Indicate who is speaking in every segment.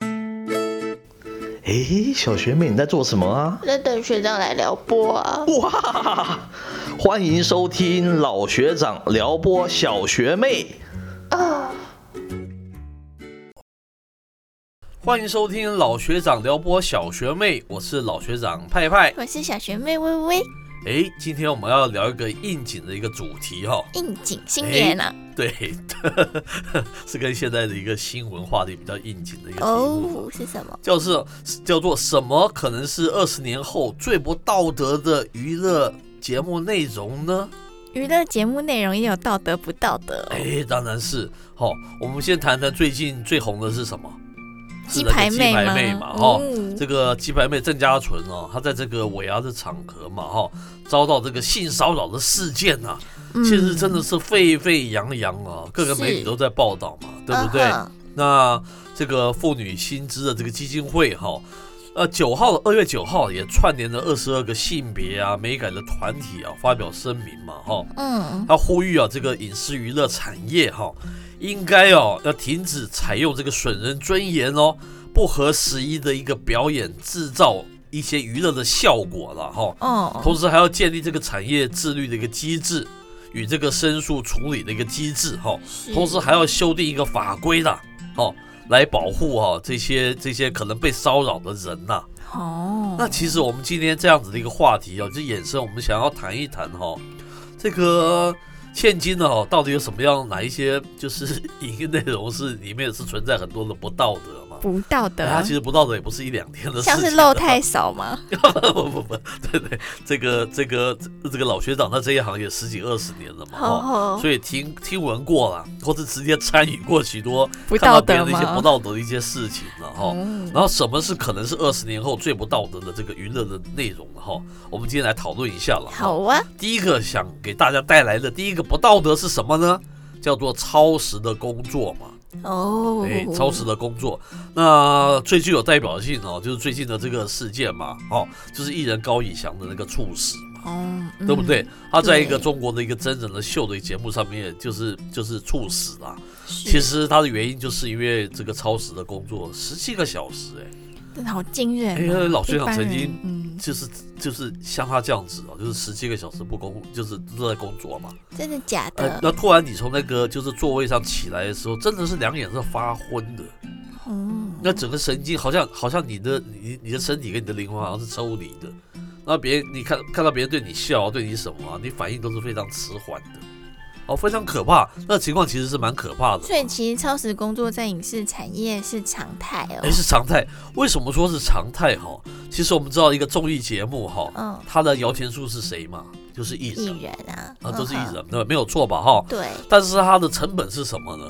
Speaker 1: 诶，哎小学妹你在做什么啊？
Speaker 2: 在等学长来撩拨啊！
Speaker 1: 哇，欢迎收听老学长撩拨小学妹。
Speaker 2: 啊，
Speaker 3: 欢迎收听老学长撩拨小学妹，我是老学长派派。
Speaker 2: 我是小学妹微微，
Speaker 3: 哎，今天我们要聊一个应景的一个主题哈、哦，
Speaker 2: 应景新年啊！
Speaker 3: 对， 是跟现在的一个新闻话题比较应景的一个题目，
Speaker 2: 哦，是什么？
Speaker 3: 就是叫做什么可能是二十年后最不道德的娱乐节目内容呢？
Speaker 2: 娱乐节目内容也有道德不道德哦、
Speaker 3: 哎，当然是哦。我们先谈谈最近最红的是什么？是
Speaker 2: 鸡
Speaker 3: 那个
Speaker 2: 排妹
Speaker 3: 鸡
Speaker 2: 吗？
Speaker 3: 排妹嘛，哈、
Speaker 2: 嗯，
Speaker 3: 这个鸡排妹郑家纯哦，她在这个尾牙的场合嘛，哈、遭到这个性骚扰的事件呐、
Speaker 2: 嗯
Speaker 3: 其实真的是沸沸扬扬啊，各个媒体
Speaker 2: 是
Speaker 3: 都在报道嘛，对不对？
Speaker 2: 嗯哼
Speaker 3: 那这个妇女薪资的这个基金会哈、呃，九号二月九号也串联了二十二个性别啊美感的团体啊发表声明嘛，哈、
Speaker 2: 嗯，
Speaker 3: 他呼吁啊，这个影视娱乐产业哈、应该哦要停止采用这个损人尊严哦、不合时宜的一个表演，制造一些娱乐的效果了哈、
Speaker 2: 哦，
Speaker 3: 同时还要建立这个产业自律的一个机制，与这个申诉处理的一个机制哈、
Speaker 2: 是
Speaker 3: 同时还要修订一个法规的哦，来保护哈、这些这些可能被骚扰的人呐、
Speaker 2: 哦，
Speaker 3: 那其实我们今天这样子的一个话题哦，就衍生我们想要谈一谈哈、这个现今呢、哦，到底有什么样哪一些就是 影音内容是里面是存在很多的不道德嘛？
Speaker 2: 不道德
Speaker 3: 哎
Speaker 2: 啊
Speaker 3: 它，其实不道德也不是一两天的事情
Speaker 2: 像
Speaker 3: 啊，
Speaker 2: 是肉太少吗？
Speaker 3: 不不不，对对，这个这个这个老学长他这一行也十几二十年了嘛，
Speaker 2: 吼
Speaker 3: 哦，
Speaker 2: 吼，
Speaker 3: 所以听听闻过了，或是直接参与过许多
Speaker 2: 不
Speaker 3: 看到
Speaker 2: 道
Speaker 3: 别
Speaker 2: 德
Speaker 3: 人的一些
Speaker 2: 吗？
Speaker 3: 不道德的一些事情了哈、哦。
Speaker 2: 嗯
Speaker 3: 然后什么是可能是二十年后最不道德的这个娱乐的内容了哈？我们今天来讨论一下了。
Speaker 2: 好，啊，
Speaker 3: 第一个想给大家带来的第一个不道德是什么呢？叫做超时的工作嘛，
Speaker 2: 哦
Speaker 3: 哎，，超时的工作。那最具有代表性哦，就是最近的这个事件嘛，哦，就是艺人高以翔的那个猝死嘛，
Speaker 2: 哦，嗯
Speaker 3: 对不对？？他在一个
Speaker 2: 对
Speaker 3: 中国的一个真人的秀的节目上面，就是就是猝死啦。
Speaker 2: 其
Speaker 3: 其实他的原因就是因为这个超时的工作，十七个小时、哎。
Speaker 2: 好惊人
Speaker 3: 哎
Speaker 2: 哦，
Speaker 3: 老学
Speaker 2: 一
Speaker 3: 长
Speaker 2: 般
Speaker 3: 曾
Speaker 2: 人
Speaker 3: 经
Speaker 2: 嗯，
Speaker 3: 就是就是像他这样子啊，就是十七个小时不工，就是都在工作嘛。
Speaker 2: 真的假
Speaker 3: 呃
Speaker 2: 的，？
Speaker 3: 那突然你从那个就是座位上起来的时候，真的是两眼是发昏的，
Speaker 2: 嗯，
Speaker 3: 那整个神经好像好像你的你你的身体跟你的灵魂好像是抽离的。那别人你看看到别人对你笑啊，对你什么啊，你反应都是非常迟缓的，哦，非常可怕。那情况其实是蛮可怕的。
Speaker 2: 所以其实超时工作在影视产业是常态哦
Speaker 3: 哎，。是常态。为什么说是常态哈？其实我们知道一个综艺节目哈，
Speaker 2: 嗯，
Speaker 3: 他的摇钱树是谁嘛？就是艺
Speaker 2: 艺
Speaker 3: 人。
Speaker 2: 人啊，
Speaker 3: 啊，都是艺
Speaker 2: 嗯哼。
Speaker 3: 人，对，没有错吧？哈，
Speaker 2: 对，
Speaker 3: 但是它的成本是什么呢？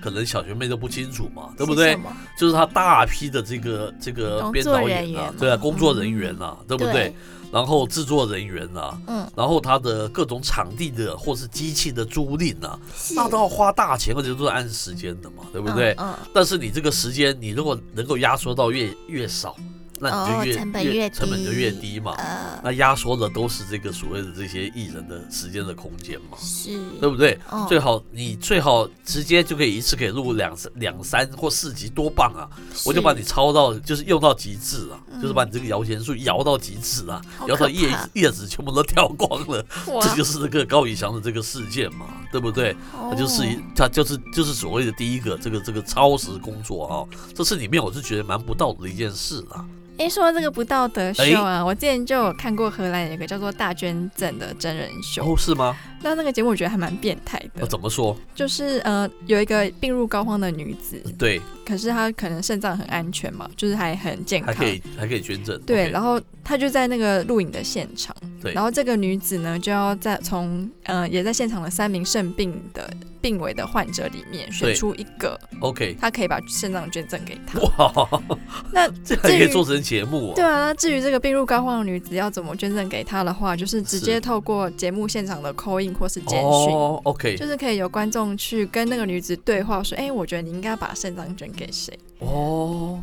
Speaker 3: 可能小学妹都不清楚嘛，对不
Speaker 2: 是
Speaker 3: 对
Speaker 2: 什？么？
Speaker 3: 就是他大批的这个这个
Speaker 2: 工作
Speaker 3: 编导
Speaker 2: 人
Speaker 3: 演
Speaker 2: 员
Speaker 3: 啊
Speaker 2: 嘛，
Speaker 3: 对啊，工作
Speaker 2: 嗯
Speaker 3: 人员啊，对不对？？然后制作人员啊，
Speaker 2: 嗯，
Speaker 3: 然后他的各种场地的或是机器的租赁啊，
Speaker 2: 是，
Speaker 3: 那都要花大钱，而且都是按时间的嘛，对不对？
Speaker 2: 嗯，
Speaker 3: 但是你这个时间，你如果能够压缩到越越少，那
Speaker 2: 哦
Speaker 3: 你就越
Speaker 2: 成本越
Speaker 3: 成本就
Speaker 2: 低
Speaker 3: 越低嘛
Speaker 2: 嗯。呃，
Speaker 3: 那压缩的都是这个所谓的这些艺人的时间的空间嘛，
Speaker 2: 是，
Speaker 3: 对不对？
Speaker 2: 哦
Speaker 4: 嗯
Speaker 3: 最好你最好直接就可以一次可以录两两三或四集，多棒啊！我就把你抄到，就是用到极致啊，
Speaker 2: 嗯
Speaker 3: 就是把你这个摇钱树摇到极致啊，
Speaker 2: 好
Speaker 3: 摇到
Speaker 2: 可
Speaker 3: 叶
Speaker 2: 怕
Speaker 3: 叶子全部都掉光了，
Speaker 2: 哇
Speaker 3: 这就是这个高以翔的这个事件嘛，对不对？他就是一
Speaker 2: 哦
Speaker 3: 他就是就是所谓的第一个这个这个超时工作啊，这是里面我是觉得蛮不道德的一件事啊。
Speaker 4: 哎，说到这个不道德秀啊，我之前就有看过荷兰有一个叫做《大捐赠》的真人秀，
Speaker 3: 哦，是吗？
Speaker 4: 那、那个节目我觉得还蛮变态
Speaker 3: 那
Speaker 4: 的，
Speaker 3: 怎么说？
Speaker 4: 就是呃有一个病入膏肓的女子，
Speaker 3: 对，
Speaker 4: 可是她可能肾脏很安全嘛，就是还很健
Speaker 3: 还
Speaker 4: 康
Speaker 3: 可，以还可以捐赠。
Speaker 4: 对
Speaker 3: OK
Speaker 4: 然后她就在那个录影的现场，
Speaker 3: 对
Speaker 4: 然后这个女子呢就要在从呃也在现场的三名肾病的病危的患者里面
Speaker 3: 对
Speaker 4: 选出一个，
Speaker 3: OK，
Speaker 4: 她可以把肾脏捐赠给她。
Speaker 3: 哇，
Speaker 4: 那
Speaker 3: 这还可以
Speaker 4: 至于
Speaker 3: 做成节目
Speaker 4: 对
Speaker 3: 哦。
Speaker 4: 啊，那至于这个病入膏肓的女子要怎么捐赠给她的话，就是直接
Speaker 3: 是
Speaker 4: 透过节目现场的 call in 或是简讯。
Speaker 3: 哦，OK，
Speaker 4: 就是可以有观众去跟那个女子对话，说：“哎、我觉得你应该把肾脏捐给谁
Speaker 3: 哦，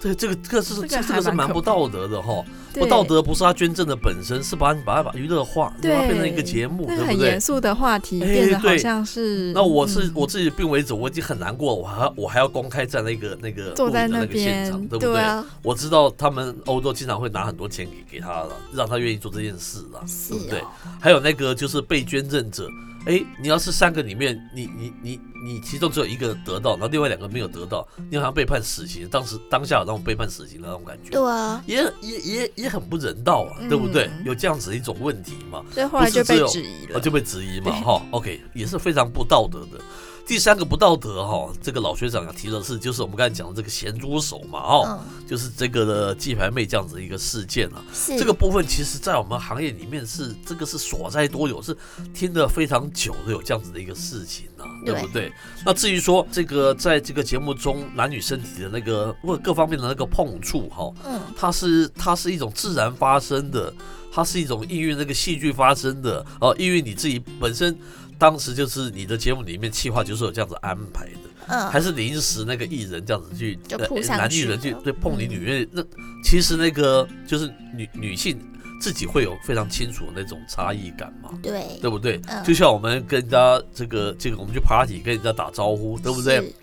Speaker 3: 对，这个这个是
Speaker 4: 这个
Speaker 3: 这
Speaker 4: 还
Speaker 3: 这个是
Speaker 4: 蛮
Speaker 3: 蛮
Speaker 4: 可
Speaker 3: 不道德的哈。不
Speaker 4: 对
Speaker 3: 道德不是他捐赠的本身，是把它把它把它娱乐化，
Speaker 4: 对
Speaker 3: 让它变成一个节目，
Speaker 4: 那个
Speaker 3: 对
Speaker 4: 很
Speaker 3: 不对
Speaker 4: 严？肃的话题
Speaker 3: 哎
Speaker 4: 变得好
Speaker 3: 对
Speaker 4: 像是，
Speaker 3: 那我是
Speaker 4: 嗯
Speaker 3: 我自己病危者，我已经很难过，我还我还要公开在那个那个
Speaker 4: 坐在
Speaker 3: 录影的那个现
Speaker 4: 边
Speaker 3: 场，，对不
Speaker 4: 对啊，
Speaker 3: 我知道他们欧洲经常会拿很多钱给给他了，让他愿意做这件事了，
Speaker 2: 是
Speaker 3: 对嗯不对
Speaker 2: 哦？
Speaker 3: 还有那个就是被捐赠者，哎，你要是三个里面你你你你其中只有一个得到，然后另外两个没有得到，你好像被判死刑，当时当下有那种被判死刑的那种感觉，
Speaker 2: 对啊，
Speaker 3: 也也也也很不人道啊，对不对？
Speaker 4: 嗯
Speaker 3: 有这样子一种问题嘛，
Speaker 4: 所以后来就被
Speaker 3: 不是只
Speaker 4: 质疑
Speaker 3: 啊
Speaker 4: 了。
Speaker 3: 就被质疑嘛，
Speaker 4: 对
Speaker 3: 哈，OK，也是非常不道德的。第三个不道德哈，这个老学长提的是，就是我们刚才讲的这个咸猪手嘛，哦，
Speaker 2: 嗯，
Speaker 3: 就是这个的鸡排妹这样子一个事件啊，
Speaker 2: 是
Speaker 3: 这个部分其实在我们行业里面是这个是所在多有，是听得非常久的有这样子的一个事情啊，对不对？那至于说这个在这个节目中男女身体的那个或者各方面的那个碰触哈、
Speaker 2: 嗯，
Speaker 3: 它是它是一种自然发生的，它是一种抑郁那个戏剧发生的哦，抑郁你自己本身。当时就是你的节目里面企划就是有这样子安排的，还
Speaker 2: 嗯，
Speaker 3: 是临时那个艺人这样子去，
Speaker 2: 就扑
Speaker 3: 呃
Speaker 2: 上
Speaker 3: 男
Speaker 2: 去嗯
Speaker 3: 艺人去
Speaker 2: 了
Speaker 3: 对碰你女人，那其实那个就是女女性自己会有非常清楚的那种差异感嘛，
Speaker 2: 对，
Speaker 3: 对不对？
Speaker 2: 嗯
Speaker 3: 就像我们跟人家这个这个，我们去 party 跟人家打招呼，对不对？
Speaker 2: 是？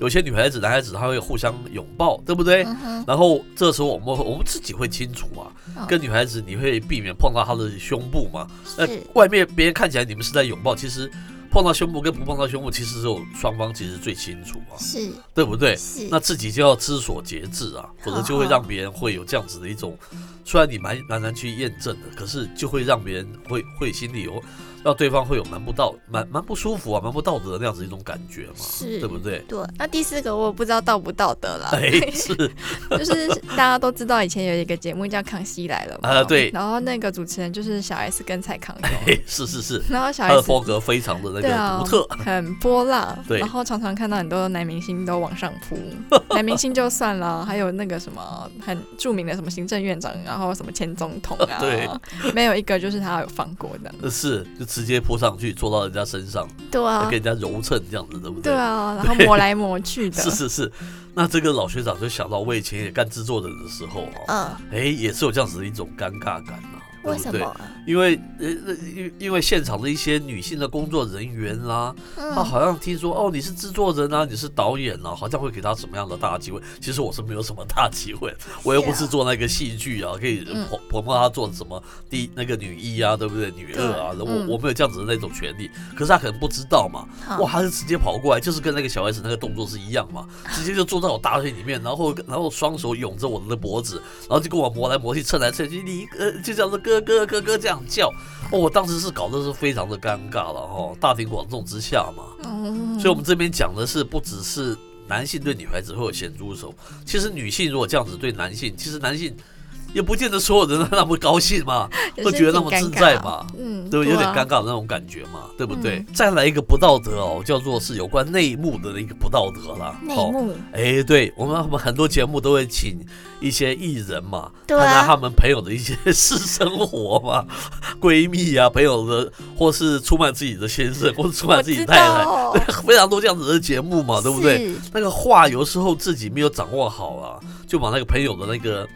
Speaker 3: 有些女孩子、男孩子他会互相拥抱，对不对？
Speaker 2: 嗯 哼，
Speaker 3: 然后这时候我们我们自己会清楚嘛，
Speaker 2: 嗯
Speaker 3: 跟女孩子你会避免碰到她的胸部嘛，那
Speaker 2: 是
Speaker 3: 外面别人看起来你们是在拥抱，其实碰到胸部跟不碰到胸部，其实只有双方其实最清楚嘛，
Speaker 2: 是
Speaker 3: 对不对？
Speaker 2: 是，
Speaker 3: 那自己就要知所节制啊，否则就会让别人会有这样子的一种，
Speaker 2: 嗯
Speaker 3: 虽然你蛮蛮难去验证的，可是就会让别人会会心里有，让对方会有蛮不道蛮蛮不舒服啊，蛮不道德的那样子一种感觉嘛，
Speaker 2: 是
Speaker 3: 对不对？
Speaker 2: 对，
Speaker 4: 那第四个我不知道道不道德了，
Speaker 3: 哎，是
Speaker 4: 就是大家都知道以前有一个节目叫《康熙来了》嘛
Speaker 3: 啊对
Speaker 4: 然后那个主持人就是小 S 跟蔡康 永，
Speaker 3: 哎，是是是，
Speaker 4: 然后小
Speaker 3: 他的
Speaker 4: S
Speaker 3: 风格非常的那
Speaker 4: 对啊
Speaker 3: 个独特，
Speaker 4: 很波浪，
Speaker 3: 对
Speaker 4: 然后常常看到很多男明星都往上 扑，男明星就算了，还有那个什么很著名的什么行政院长，然后什么前总统啊，
Speaker 3: 对，
Speaker 4: 没有一个就是他有放过的，
Speaker 3: 是就直接扑上去，坐到人家身上，
Speaker 2: 对啊
Speaker 3: 跟，人家揉蹭这样子，对不
Speaker 4: 对啊，然后磨来磨去 的，
Speaker 2: 啊
Speaker 3: 是是是，那这个老学长就想到我以前也干制作人的时候啊，
Speaker 2: 嗯，
Speaker 3: 哎，也是有这样子的一种尴尬感啊，对
Speaker 2: 为
Speaker 3: 不
Speaker 2: 什
Speaker 3: 对
Speaker 2: 么？？啊？
Speaker 3: 因为呃，呃因因为现场的一些女性的工作人员啦、她
Speaker 2: 嗯，
Speaker 3: 好像听说哦，你是制作人啊，你是导演啊，好像会给她什么样的大机会？其实我是没有什么大机会，我又不是做那个戏剧啊，可以
Speaker 4: 嗯
Speaker 3: 捧捧捧她做什么第那个女一啊，对不对？女二啊，
Speaker 4: 对嗯
Speaker 3: 我我没有这样子的那种权利。可是她可能不知道嘛，
Speaker 2: 好
Speaker 3: 哇，，他是直接跑过来，就是跟那个小 S 那个动作是一样嘛，直接就坐到我大腿里面，然后然后双手拥着我的脖子，然后就跟我磨来磨去，蹭来蹭去，你呃就这样子哥哥哥哥这样叫，哦，我当时是搞得是非常的尴尬了哦，大庭广众之下嘛，
Speaker 4: 嗯
Speaker 3: 所以我们这边讲的是不只是男性对女孩子会有咸猪手，其实女性如果这样子对男性，其实男性也不见得所有人都那么高兴嘛，
Speaker 4: 也
Speaker 3: 会
Speaker 4: 是
Speaker 3: 觉得那
Speaker 4: 挺
Speaker 3: 么
Speaker 4: 尴
Speaker 3: 自
Speaker 4: 尬
Speaker 3: 在嘛，
Speaker 4: 嗯，
Speaker 3: 对，有点
Speaker 4: 啊
Speaker 3: 尴尬的那种感觉嘛，对不对？
Speaker 4: 嗯
Speaker 3: 再来一个不道德哦，叫做是有关内幕的一个不道德啦。
Speaker 2: 内
Speaker 3: 哦，
Speaker 2: 幕，
Speaker 3: 哎，对我们我们很多节目都会请一些艺人嘛，
Speaker 2: 对
Speaker 3: 看看他
Speaker 2: 啊，
Speaker 3: 们朋友的一些私生活嘛， 闺蜜啊，朋友的，或是出卖自己的先生，或是出卖
Speaker 2: 我
Speaker 3: 自己
Speaker 2: 知
Speaker 3: 太太，
Speaker 2: 道，
Speaker 3: 非常多这样子的节目嘛，对不对？
Speaker 2: 是？
Speaker 3: 那个话有时候自己没有掌握好啊，就把那个朋友的那个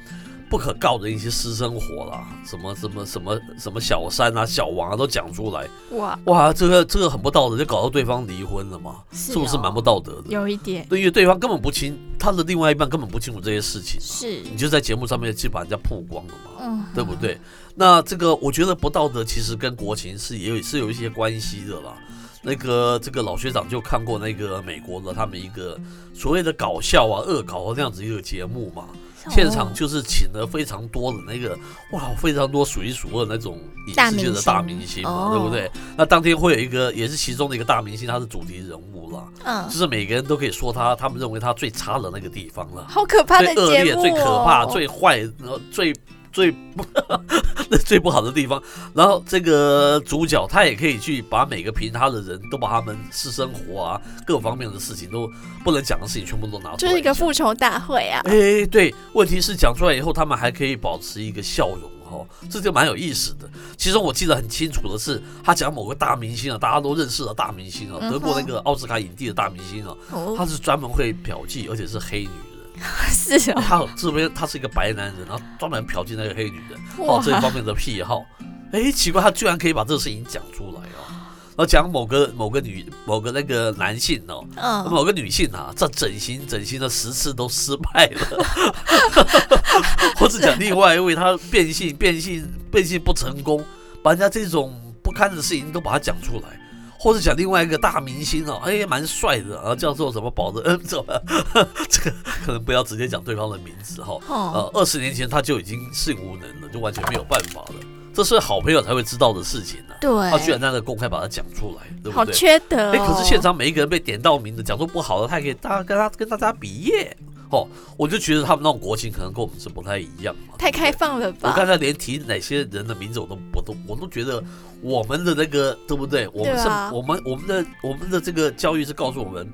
Speaker 3: 不可告人一些私生活啦，什么什么什么什么小三啊、小王啊都讲出来，
Speaker 4: 哇，
Speaker 3: 哇，这个这个很不道德，就搞到对方离婚了嘛，
Speaker 2: 是
Speaker 3: 是不是
Speaker 2: 哦
Speaker 3: 蛮不道德的？
Speaker 4: 有一点
Speaker 3: 对，因为对方根本不清，他的另外一半根本不清楚这些事情，
Speaker 2: 是，
Speaker 3: 你就在节目上面去把人家曝光了嘛，
Speaker 4: 嗯，
Speaker 3: 对不对？那这个我觉得不道德其实跟国情是也有是有一些关系的啦。那个这个老学长就看过那个美国的他们一个所谓的搞笑啊、恶搞啊那样子一个节目嘛，现场就是请了非常多的那个哇，非常多数一数二的那种影视界的大明星嘛，
Speaker 2: 大明星哦
Speaker 3: 对不对？那当天会有一个，也是其中的一个大明星，他是主题人物啦，
Speaker 2: 嗯
Speaker 3: 就，是每个人都可以说他，他们认为他最差的那个地方啦，
Speaker 4: 好可怕的
Speaker 3: 最恶
Speaker 4: 节
Speaker 3: 劣、
Speaker 4: 目、哦，
Speaker 3: 最可怕、最坏、然后最最不 那最不好的地方。然后这个主角他也可以去把每个评他的人都把他们私生活啊各方面的事情都不能讲的事情全部都拿出来，
Speaker 4: 就是一个复仇大会啊，
Speaker 3: 哎，对，问题是讲出来以后，他们还可以保持一个笑容哦，这就蛮有意思的。其中我记得很清楚的是，他讲某个大明星啊，大家都认识的大明星啊，
Speaker 4: 嗯哼
Speaker 3: 德国那个奥斯卡影帝的大明星啊，
Speaker 2: 哦
Speaker 3: 他是专门会嫖妓，而且是黑女人。
Speaker 2: 是 哦，
Speaker 3: 他这边他是一个白男人，然后专门嫖妓那个黑女人，哦
Speaker 4: 哇，，
Speaker 3: 这一方面的癖好。哎，奇怪，他居然可以把这个事情讲出来哦。然后讲某个某个女某个那个男性哦，
Speaker 2: 嗯，
Speaker 3: 某个女性啊，这整形整形了十次都失败了。 或者讲另外一位，他变性变性变性不成功，把人家这种不堪的事情都把它讲出来。或者讲另外一个大明星哦，哎，蛮帅的，然后叫 做什么保的，嗯，这么这个可能不要直接讲对方的名字哈、
Speaker 2: 哦，
Speaker 3: 呃，二十年前他就已经性无能了，就完全没有办法了。这是好朋友才会知道的事情呢、他居然
Speaker 2: 对，
Speaker 3: 在那个公开把它讲出来，对不
Speaker 2: 好
Speaker 3: 对？
Speaker 2: 缺德
Speaker 3: 哎，
Speaker 2: 哦。
Speaker 3: 可是现场每一个人被点到名的，讲出不好的，他也可以大家跟他跟大家比耶。哦，我就觉得他们那种国情可能跟我们是不太一样嘛。
Speaker 4: 太开
Speaker 3: 对
Speaker 4: 放了
Speaker 3: 不对。我刚
Speaker 4: 吧？
Speaker 3: 才连提哪些人的名字我都我都我都觉得我们的那个对不对？我们是，
Speaker 2: 对啊
Speaker 3: 我们我们的我们的这个教育是告诉我们，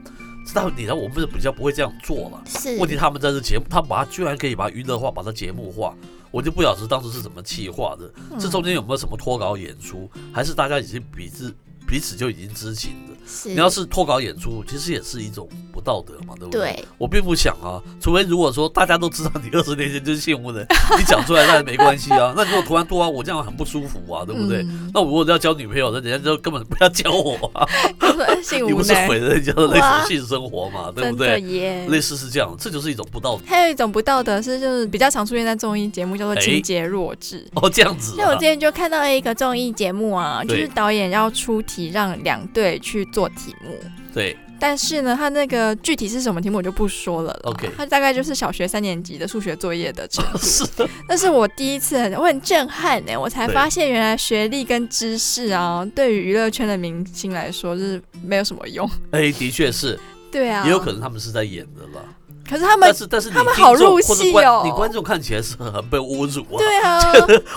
Speaker 3: 知道你的我们比较不会这样做了。
Speaker 2: 是
Speaker 3: 问题他们在这节目，他把它居然可以把它娱乐化，把它节目化，我就不晓得当时是怎么气化的。
Speaker 4: 嗯
Speaker 3: 这中间有没有什么脱稿演出，还是大家已经彼此彼此就已经知情的？
Speaker 2: 是，
Speaker 3: 你要是脱稿演出，其实也是一种不道德嘛，对不对？
Speaker 2: 对
Speaker 3: 我并不想啊，除非如果说大家都知道你二十年前就是性无能， 你讲出来那也没关系啊。那 如果突然多啊，我这样很不舒服啊，对不对？
Speaker 4: 嗯
Speaker 3: 那我如果要交女朋友，那人家就根本不要交我 啊，
Speaker 4: 哎就 是性
Speaker 3: 你
Speaker 4: 无
Speaker 3: 不是
Speaker 4: 能，
Speaker 3: 毁了人家的 那
Speaker 2: 哇
Speaker 3: 种性生活嘛，对
Speaker 4: 真
Speaker 3: 不
Speaker 4: 的
Speaker 3: 对？
Speaker 4: 耶。
Speaker 3: 类似是这样，这就是一种不道德。
Speaker 4: 还有一种不道德是，就是比较常出现在综艺节目，叫做
Speaker 3: 哎
Speaker 4: 情节弱智。
Speaker 3: 哦，这样子、
Speaker 2: 像我
Speaker 3: 啊
Speaker 2: 之。前就看到了一个综艺节目啊，就
Speaker 3: 对
Speaker 4: 就是导演要出题让两队去做题目，
Speaker 3: 对，
Speaker 4: 但是呢，他那个具体是什么题目我就不说了啦。
Speaker 3: OK
Speaker 4: 他大概就是小学三年级的数学作业的程度。
Speaker 3: 是
Speaker 4: 但是我第一次很我很震撼欸呢、我才
Speaker 3: 对
Speaker 4: 发现原来学历跟知识啊，对于娱乐圈的明星来说就是没有什么 用。
Speaker 3: 哎，的确是，
Speaker 4: 对啊，
Speaker 3: 也有可能他们是在演的啦。
Speaker 4: 可是他们
Speaker 3: 但是但是你
Speaker 4: 他们
Speaker 3: 听众
Speaker 4: 好入
Speaker 3: 或者
Speaker 4: 戏
Speaker 3: 观
Speaker 4: 哦
Speaker 3: 你观众看起来是很被侮辱啊。
Speaker 4: 对啊，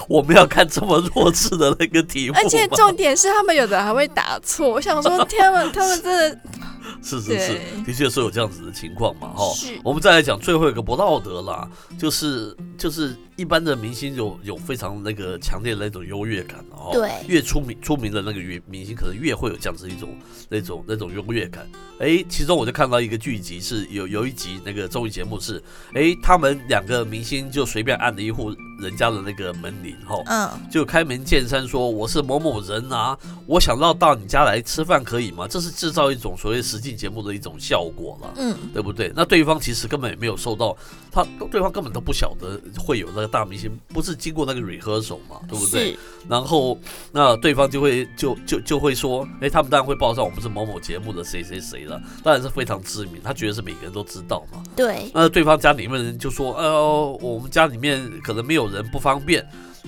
Speaker 3: 我们要看这么弱智的那个题目吗，
Speaker 4: 而且重点是他们有的还会打错。我想说，天啊，他们真的
Speaker 3: 是是是，
Speaker 4: 对
Speaker 3: 的确是有这样子的情况嘛，哈
Speaker 2: 是。
Speaker 3: 我们再来讲最后一个不道德啦，就是就是一般的明星有有非常那个强烈的那种优越感哦。
Speaker 2: 对
Speaker 3: 越出名出名的那个明明星，可能越会有这样子一种那种那种优越感。哎，其中我就看到一个剧集是有有一集那个综艺节目是，哎，他们两个明星就随便按了一户人家的那个门铃哈，
Speaker 2: 嗯，
Speaker 3: 就开门见山说我是某某人啊，我想到到你家来吃饭可以吗？这是制造一种所谓实境节目的一种效果了。
Speaker 2: 嗯，
Speaker 3: 对不对？那对方其实根本也没有受到，他对方根本都不晓得会有那个大明星，不是经过那个 rehearsal 嘛，对不对？
Speaker 2: 是，
Speaker 3: 然后那对方就会就就就会说，哎，他们当然会报上我们是某某节目的谁谁谁了，当然是非常知名，他觉得是每个人都知道嘛。
Speaker 2: 对，
Speaker 3: 那呃对方家里面的人就说，呃，我们家里面可能没有人不方便。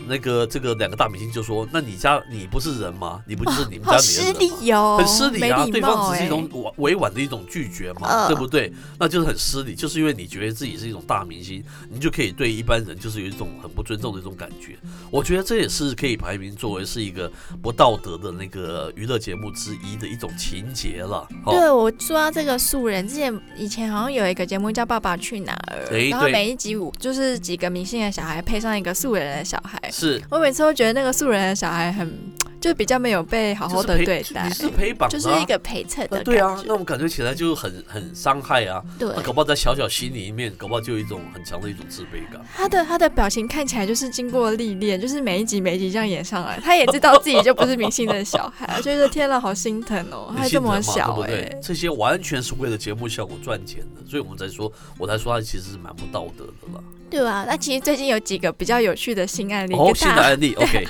Speaker 3: 那个这个两个大明星就说，那你家你不是人吗？你不就是你们家
Speaker 2: 好
Speaker 3: 里
Speaker 2: 失
Speaker 3: 的人吗？
Speaker 2: 礼哎哦，
Speaker 3: 很失礼啊，
Speaker 4: 没礼貌
Speaker 3: 对方只是一
Speaker 4: 欸
Speaker 3: 种委委婉的一种拒绝嘛，
Speaker 2: 嗯
Speaker 3: 对不对？那就是很失礼，就是因为你觉得自己是一种大明星，你就可以对一般人就是有一种很不尊重的一种感觉。我觉得这也是可以排名作为是一个不道德的那个娱乐节目之一的一种情节了。哦，
Speaker 2: 对，我说到这个素人，之前以前好像有一个节目叫《爸爸去哪儿》，
Speaker 3: 诶
Speaker 2: 然后
Speaker 3: 对
Speaker 2: 每一集五就是几个明星的小孩配上一个素人的小孩，
Speaker 3: 是。
Speaker 4: 我每次都觉得那个素人的小孩很，就比较没有被好好
Speaker 3: 就是
Speaker 4: 的
Speaker 3: 陪
Speaker 4: 对
Speaker 3: 就
Speaker 4: 待
Speaker 3: 你，是陪绑的、
Speaker 2: 就
Speaker 3: 啊，
Speaker 2: 是一个陪衬的
Speaker 3: 呃
Speaker 2: 感觉。嗯
Speaker 3: 对啊，那我们感觉起来就很很伤害啊。那搞不
Speaker 2: 对，
Speaker 3: 好在小小心里面，搞不好就有一种很强的一种自卑感。
Speaker 4: 他的他的表情看起来就是经过历练，就是每一集每一集这样演上来，他也知道自己就不是明星的小孩，觉得天呐，好心疼哦，
Speaker 3: 很
Speaker 4: 还
Speaker 3: 心
Speaker 4: 这
Speaker 3: 疼嘛
Speaker 4: 么小
Speaker 3: 对
Speaker 4: 哎、
Speaker 3: 不对？这些完全是为了节目效果赚钱的，所以我们才说，我才说他其实是蛮不道德的啦。
Speaker 2: 对啊，
Speaker 4: 那其实最近有几个比较有趣的新案例，
Speaker 3: 哦，
Speaker 4: 跟
Speaker 3: 新
Speaker 4: 大
Speaker 3: 的
Speaker 4: 家
Speaker 3: 案例，OK，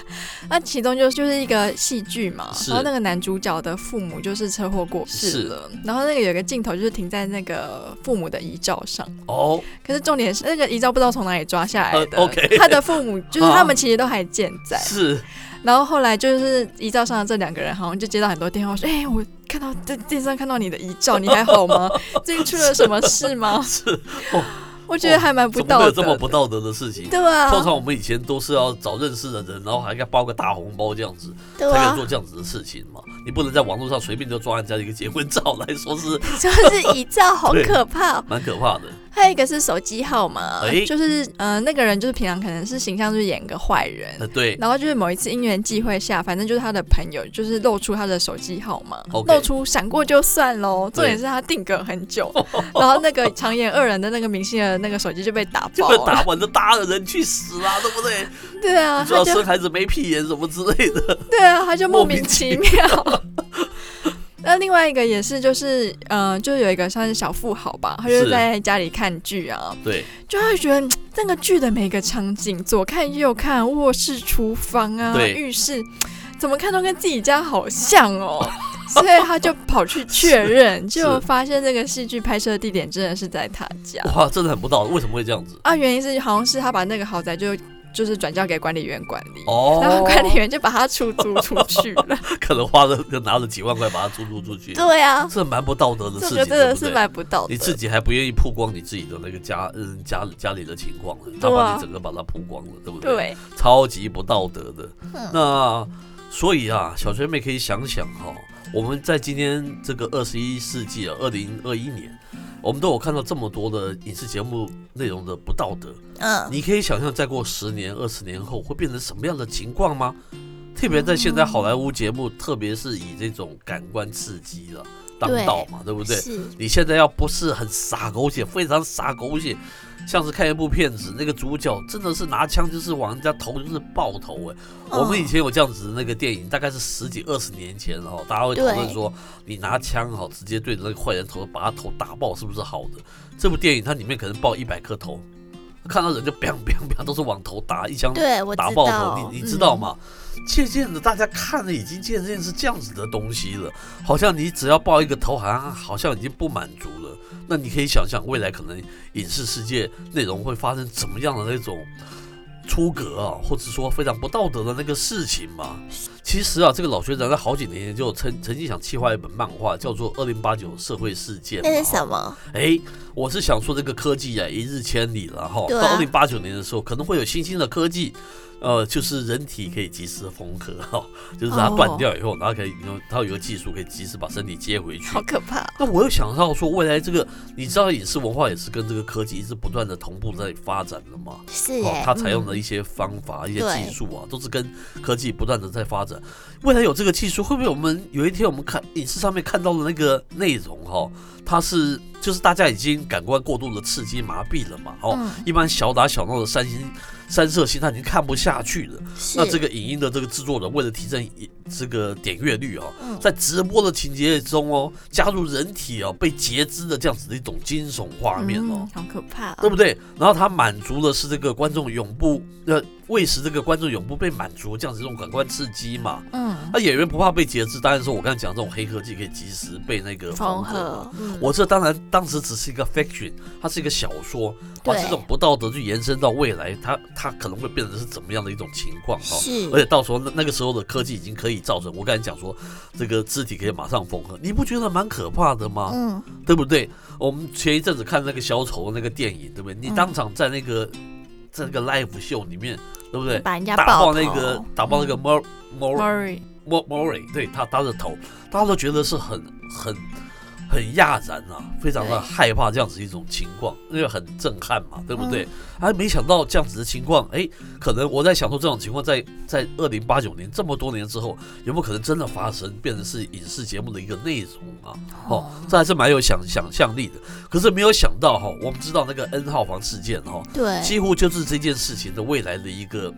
Speaker 4: 那其中就就是一个戏剧嘛，
Speaker 3: 是
Speaker 4: 然后那个男主角的父母就是车祸过
Speaker 3: 是
Speaker 4: 世了，然后那个有一个镜头就是停在那个父母的遗照上，
Speaker 3: 哦，
Speaker 4: 可是重点是那个遗照不知道从哪里抓下来的、
Speaker 3: 呃，OK
Speaker 4: 他的父母 就是他们其实都还健在，
Speaker 3: 是
Speaker 4: 然后后来就是遗照上的这两个人好像就接到很多电 话说，哎、我看到在电视上看到你的遗照，你还好吗？最近出了什么事吗？
Speaker 3: 是，哦
Speaker 4: 我觉得还蛮不
Speaker 3: 怎么会
Speaker 4: 道
Speaker 3: 有这么
Speaker 4: 德
Speaker 3: 不
Speaker 4: 的，
Speaker 3: 道德的事情？
Speaker 4: 对啊，
Speaker 3: 通常我们以前都是要找认识的人，然后还要包个大红包这样子，
Speaker 2: 对
Speaker 3: 才能
Speaker 2: 啊
Speaker 3: 做，这样子的事情嘛。你不能在网络上随便就抓人家的一个结婚照来说是
Speaker 2: 就是遗照好可怕哦。
Speaker 3: 蛮可怕的。
Speaker 4: 还有一个是手机号码，
Speaker 3: 哎
Speaker 4: 就是呃那个人就是平常可能是形象就是演个坏人，
Speaker 3: 呃，对，
Speaker 4: 然后就是某一次因缘际会下，反正就是他的朋友就是露出他的手机号码
Speaker 3: OK
Speaker 4: 露出闪过就算喽。重点是他定格很 久，然后那个长眼二人的那个明星的那个手机就被打
Speaker 3: 就
Speaker 4: 爆
Speaker 3: 被
Speaker 4: 了。
Speaker 3: 打完就搭了人去死 啦，对不对？
Speaker 4: 对啊，
Speaker 3: 知
Speaker 4: 他
Speaker 3: 道
Speaker 4: 就
Speaker 3: 生孩子没屁眼什么之类 的，
Speaker 4: 对啊，他就莫
Speaker 3: 莫名
Speaker 4: 名其妙。 那另外一个也是，就是呃，就有一个算是小富豪吧，他就是在家里看剧啊，
Speaker 3: 对，
Speaker 4: 就他觉得嗯那个剧的每个场景，左看右看，卧室、厨房啊，
Speaker 3: 对
Speaker 4: 浴室，怎么看都跟自己家好像 哦，所以他就跑去确认，
Speaker 3: 是
Speaker 4: 就发现这个戏剧拍摄地点真的是在他家
Speaker 3: 哇，真的很不道德，为什么会这样子？
Speaker 4: 啊，原因是好像是他把那个豪宅就就是转交给管理员管理。然后
Speaker 3: 哦，
Speaker 4: 管理员就把他出租出去 了。
Speaker 3: 可能花了就拿了几万块把它租租出去，
Speaker 4: 对啊，
Speaker 3: 这蛮不道德的
Speaker 4: 这
Speaker 3: 事
Speaker 4: 个
Speaker 3: 情，
Speaker 4: 真的
Speaker 3: 对
Speaker 4: 是
Speaker 3: 不对？
Speaker 4: 买不到
Speaker 3: 你自
Speaker 4: 的。
Speaker 3: 己还不愿意曝光你自己的那个家，嗯，家家里的情况了，他
Speaker 4: 对啊
Speaker 3: 把你整个把它曝光了，对不对？
Speaker 4: 对，
Speaker 3: 超级不道德的。
Speaker 4: 嗯
Speaker 3: 那所以啊，小学妹可以想想哈、我们在今天这个二十一世纪啊，二零二一年，我们都有看到这么多的影视节目内容的不道德。
Speaker 2: 嗯，
Speaker 3: 你可以想象，再过十年、二十年后会变成什么样的情况吗？特别在现在好莱坞节目，特别是以这种感官刺激的当道嘛，对不对？
Speaker 2: 是，
Speaker 3: 你现在要不是很傻狗血，非常傻狗血，像是看一部片子，那个主角真的是拿枪就是往人家头就是爆头哎、
Speaker 2: 哦
Speaker 3: 我们以前有这样子的那个电影，大概是十几二十年前哦，大家会讨论说，你拿枪哈直接对着那个坏人头把他头打爆是不是好的？这部电影它里面可能爆一百颗头，看到人就 biang biang biang 都是往头打，一枪
Speaker 2: 嗯对我
Speaker 3: 打
Speaker 2: 知
Speaker 3: 爆头，
Speaker 2: 道嗯
Speaker 3: 你，你知道吗？渐渐的，大家看了已经渐渐是这样子的东西了，好像你只要爆一个头，好像好像已经不满足了。那你可以想象未来可能影视世界内容会发生怎么样的那种出格啊，或者说非常不道德的那个事情嘛。其实啊，这个老学长在好几年前就曾曾经想企划一本漫画，叫做《二零八九社会事件》嘛。
Speaker 2: 那是什么？
Speaker 3: 哎，我是想说这个科技啊，一日千里了哈。
Speaker 2: 对啊
Speaker 3: 到二零八九年的时候，可能会有新兴的科技，呃，就是人体可以及时缝合哈， 就是它
Speaker 4: 哦
Speaker 3: 断掉以后，然后可以有它有一个技术可以及时把身体接回去。
Speaker 2: 好可怕！
Speaker 3: 那我又想到说，未来这个你知道影视文化也是跟这个科技一直不断的同步在发展的嘛？
Speaker 2: 是
Speaker 3: 哦，
Speaker 2: 哎，
Speaker 3: 它采用的一些方法、一些
Speaker 2: 对
Speaker 3: 技术啊，都是跟科技不断的在发展。未来有这个技术，会不会我们有一天我们看影视上面看到的那个内容哈、它是就是大家已经感官过度的刺激麻痹了嘛？
Speaker 2: 嗯
Speaker 3: 哦，一般小打小闹的三星三色星，他已经看不下去了。
Speaker 2: 是
Speaker 3: 那这个影音的这个制作人为了提振这个点阅率哦，
Speaker 2: 嗯
Speaker 3: 在直播的情节中哦，加入人体哦被截肢的这样子的一种惊悚画面哦。
Speaker 4: 嗯，好可怕哦。
Speaker 3: 对不对？然后他满足的是这个观众永不呃喂食这个观众永不被满足这样子一种感官刺激嘛。
Speaker 4: 嗯，
Speaker 3: 那演员不怕被截肢，当然说我刚才讲这种黑科技可以及时被那个合
Speaker 2: 缝
Speaker 3: 嘛。
Speaker 2: 合，嗯
Speaker 3: 我这当然当时只是一个 fiction，它是一个小说，把
Speaker 2: 对
Speaker 3: 这种不道德去延伸到未来，它它可能会变成是怎么样的一种情况哈、
Speaker 2: 是
Speaker 3: 哦而且到时候那那个时候的科技已经可以造成，我刚才讲说这个肢体可以马上缝合，你不觉得蛮可怕的吗？
Speaker 2: 嗯，
Speaker 3: 对不对？我们前一阵子看那个小丑那个电影，对不
Speaker 2: 嗯
Speaker 3: 对？你当场在那个、在那个 live 秀里面，对不对？
Speaker 2: 把人家
Speaker 3: 打
Speaker 2: 爆
Speaker 3: 爆那个
Speaker 2: 头嗯
Speaker 3: 打爆那个 Mor Mor
Speaker 4: Murray，
Speaker 3: Mor Mori，对他他的头，大家都觉得是很很很讶然啊，非常的
Speaker 2: 对
Speaker 3: 害怕这样子一种情况，因为很震撼嘛，对不对？
Speaker 2: 嗯
Speaker 3: 哎、没想到这样子的情况，哎，可能我在想说这种情况在在二零八九年这么多年之后，有没有可能真的发生，变成是影视节目的一个内容啊？哦，这还是蛮有想想象力的。可是没有想到哈、我们知道那个 N 号房事件哈、
Speaker 2: 对，
Speaker 3: 几乎就是这件事情的未来的一个，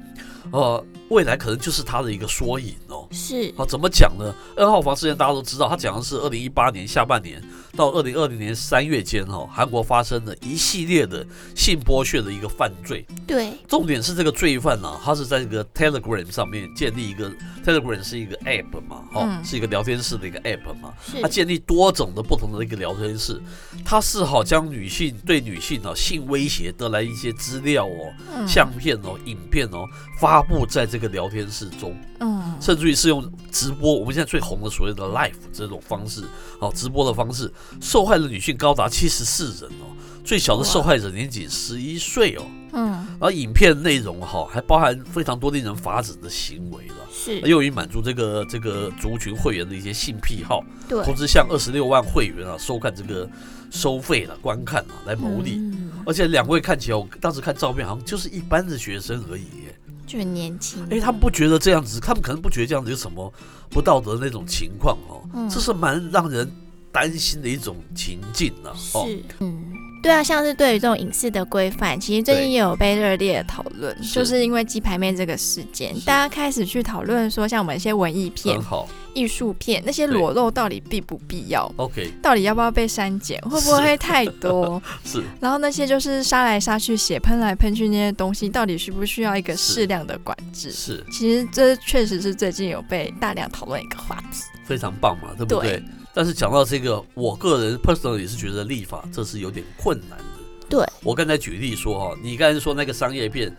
Speaker 3: 呃，未来可能就是它的一个缩影哦。
Speaker 2: 是
Speaker 3: 啊，怎么讲呢？二号房事件大家都知道，它讲的是二零一八年下半年到二零二零年三月间哦，韩国发生的一系列的性剥削的一个犯罪。
Speaker 2: 对，
Speaker 3: 重点是这个罪犯呢、他是在这个 Telegram 上面建立一个 Telegram 是一个 App 嘛，哦，
Speaker 4: 嗯
Speaker 3: 是一个聊天室的一个 App 嘛。
Speaker 2: 是
Speaker 3: 他建立多种的不同的一个聊天室，他是好将女性对女性哦性威胁得来一些资料哦、
Speaker 4: 嗯
Speaker 3: 相片哦、影片哦发布在这个聊天室中，
Speaker 4: 嗯，
Speaker 3: 甚至于是用直播，我们现在最红的所谓的 live 这种方式哦，直播的方式，受害的女性高达七十四人哦，最小的受害者年仅十一岁哦，
Speaker 4: 嗯，
Speaker 3: 而影片内容哈、还包含非常多令人发指的行为了。
Speaker 2: 是，
Speaker 3: 用于满足这个这个族群会员的一些性癖好，
Speaker 2: 对，
Speaker 3: 同时向二十六万会员啊收看这个收费了观看啊来牟利。
Speaker 2: 嗯
Speaker 3: 而且两位看起来，我当时看照片好像就是一般的学生而已耶。
Speaker 2: 就很年轻。
Speaker 3: 哎，他们不觉得这样子，他们可能不觉得这样子有什么不道德的那种情况哦，
Speaker 2: 嗯
Speaker 3: 这是蛮让人担心的一种情境啊。哦，
Speaker 2: 是，嗯，对啊，像是对于这种影视的规范，其实最近
Speaker 3: 对
Speaker 2: 也有被热烈的讨论，
Speaker 3: 是
Speaker 2: 就是因为鸡排妹这个事件，
Speaker 3: 是嗯
Speaker 2: 大家开始去讨论说，像我们一些文艺片
Speaker 3: 很、好
Speaker 2: 艺术片那些
Speaker 3: 对
Speaker 2: 裸露到底必不必要，
Speaker 3: ，OK，
Speaker 2: 到底要不要被删减，会不会太 多？
Speaker 3: 是
Speaker 2: 然后那些就是杀来杀去、血喷来喷去那些东西，到底需不需要一个
Speaker 3: 是
Speaker 2: 适量的管制？
Speaker 3: 是
Speaker 2: 其实这确实是最近有被大量讨论一个话题。
Speaker 3: 非常棒嘛，对不对？
Speaker 2: 对
Speaker 3: 但是讲到这个，我个人 personal 也是觉得立法这是有点困难的。
Speaker 2: 对，
Speaker 3: 我刚才举例说哈、你刚才说那个商业片，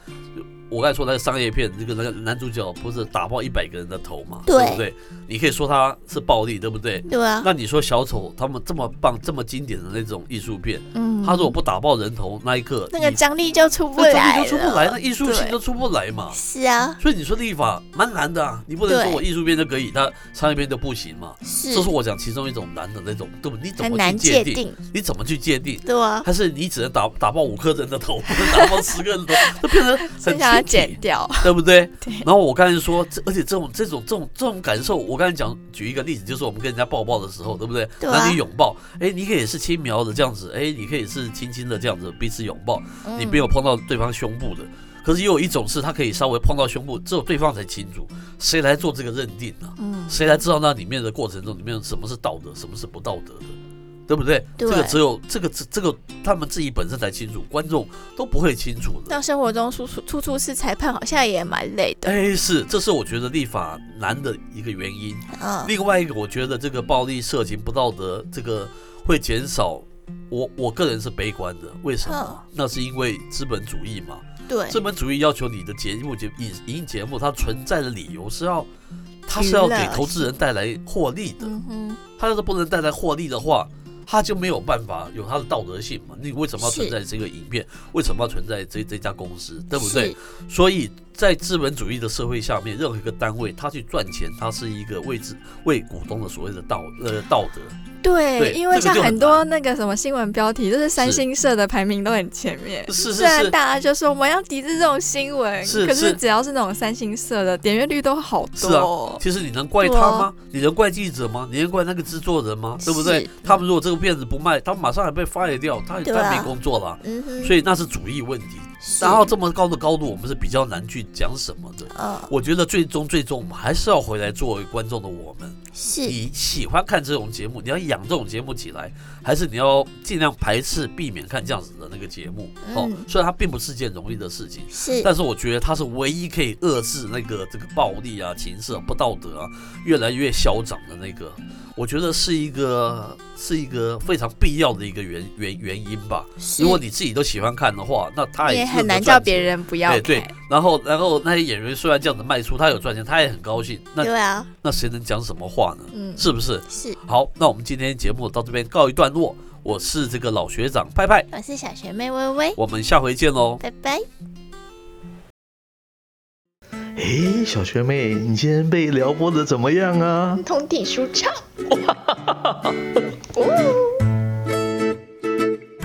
Speaker 3: 我刚才说那个商业片，那个那个男主角不是打爆一百个人的头嘛，
Speaker 2: 对
Speaker 3: 不对？你可以说他是暴力，对不对？
Speaker 2: 对啊，
Speaker 3: 那你说小丑他们这么棒、这么经典的那种艺术片，
Speaker 2: 嗯
Speaker 3: 他如果不打爆人头那一刻，
Speaker 2: 那个
Speaker 3: 你
Speaker 2: 张力就出不
Speaker 3: 那张
Speaker 2: 来
Speaker 3: 力
Speaker 2: 了，
Speaker 3: 就出不来，那艺术性
Speaker 2: 对
Speaker 3: 就出不来嘛。
Speaker 2: 是啊，
Speaker 3: 所以你说立法蛮难的啊，你不能
Speaker 2: 对
Speaker 3: 说我艺术片就可以，那商业片就不行嘛。
Speaker 2: 是
Speaker 3: 这是我讲其中一种难的那种，对不对？你怎
Speaker 2: 很
Speaker 3: 么去
Speaker 2: 难
Speaker 3: 界
Speaker 2: 界
Speaker 3: 定？
Speaker 2: 定，
Speaker 3: 你怎么去界定？
Speaker 2: 对啊，
Speaker 3: 还是你只能打打爆五颗人的头，不能打爆十个人的头，就 变成
Speaker 2: 剩
Speaker 3: 很
Speaker 2: 下要
Speaker 3: 具体
Speaker 2: 剪掉，
Speaker 3: 对不对？
Speaker 2: 对
Speaker 3: 然后我刚才说，这而且这种这种这种这种感受，我刚才讲举一个例子，就是我们跟人家抱抱的时候，对不对？
Speaker 2: 对啊
Speaker 3: 男女拥抱，哎，你可以是轻描的这样子，哎，你可以是轻轻的这样子彼此拥抱，你没有
Speaker 2: 嗯
Speaker 3: 碰到对方胸部的。可是也有一种是，他可以稍微碰到胸部，只有对方才清楚，谁来做这个认定呢、
Speaker 2: 嗯，
Speaker 3: 谁来知道那里面的过程中，里面什么是道德，什么是不道德的，对不对？
Speaker 2: 对
Speaker 3: 这个只有这个这这个他们自己本身才清楚，观众都不会清楚的。
Speaker 2: 到生活中处处处处是裁判，好像也蛮累的，
Speaker 3: 哎，是，这是我觉得立法难的一个原因。
Speaker 2: 嗯，
Speaker 3: 另外一个，我觉得这个暴力、色情、不道德，这个会减少。我我个人是悲观的，为什么
Speaker 2: 嗯？
Speaker 3: 那是因为资本主义嘛。
Speaker 2: 对，
Speaker 3: 资本主义要求你的节目节影影音节目，它存在的理由是要，它是要
Speaker 2: 娱
Speaker 3: 给
Speaker 2: 乐
Speaker 3: 投资人带来获利的。
Speaker 2: 嗯哼，
Speaker 3: 它要是不能带来获利的话，它就没有办法有它的道德性嘛。你为什么要存
Speaker 2: 是
Speaker 3: 在这个影片？为什么要存在这这家公司？对不对
Speaker 2: 是？？
Speaker 3: 所以在资本主义的社会下面，任何一个单位他去赚钱，它是一个为之为股东的所谓的道呃道德。对
Speaker 2: 对，因为
Speaker 3: 这个
Speaker 2: 像
Speaker 3: 就很
Speaker 2: 很多那个什么新闻标题，就是三
Speaker 3: 是
Speaker 2: 星社的排名都很前面。
Speaker 3: 是是
Speaker 2: 虽然
Speaker 3: 是
Speaker 2: 大家就说我们要抵制这种新闻，
Speaker 3: 是
Speaker 2: 可
Speaker 3: 是
Speaker 2: 是只要是那种三星社的，点阅率都好
Speaker 3: 是
Speaker 2: 多
Speaker 3: 啊
Speaker 2: 哦。
Speaker 3: 其实你能怪他吗？你能怪记者吗？你能怪那个制作人吗？对不对
Speaker 2: 是？
Speaker 3: 他们如果这个片子不卖，他们马上还被 fire 掉，他也
Speaker 2: 对啊
Speaker 3: 再没工作了啊。
Speaker 2: 嗯哼
Speaker 3: 所以那是主义问题。
Speaker 2: 是
Speaker 3: 然后这么高的高度，我们是比较难去讲什么的。
Speaker 2: 呃，
Speaker 3: 我觉得最终最终，我们还是要回来作为观众的我们，
Speaker 2: 是
Speaker 3: 你喜欢看这种节目，你要养这种节目起来，还是你要尽量排斥、避免看这样子的那个节目？哦
Speaker 2: 嗯，
Speaker 3: 虽然它并不是件容易的事情，
Speaker 2: 是
Speaker 3: 但是我觉得它是唯一可以遏制那个这个暴力啊、情色、不道德啊越来越嚣张的那个，我觉得是一个是一个非常必要的一个原原原因吧。
Speaker 2: 是
Speaker 3: 如果你自己都喜欢看的话，那他
Speaker 2: 也
Speaker 3: 也
Speaker 2: 很难叫别。人不要
Speaker 3: 哎，
Speaker 2: 看，
Speaker 3: 对，然后然后那些演员虽然这样子卖出，他有赚钱，他也很高兴。那
Speaker 2: 对啊，
Speaker 3: 那谁能讲什么话呢？
Speaker 2: 嗯，
Speaker 3: 是不是？
Speaker 2: 是，
Speaker 3: 好，那我们今天节目到这边告一段落。我是这个老学长派派，
Speaker 2: 我是小学妹微微，
Speaker 3: 我们下回见喽。
Speaker 2: 拜拜。
Speaker 1: 诶，哎小学妹，你今天被撩拨的怎么样啊？
Speaker 2: 通体舒畅。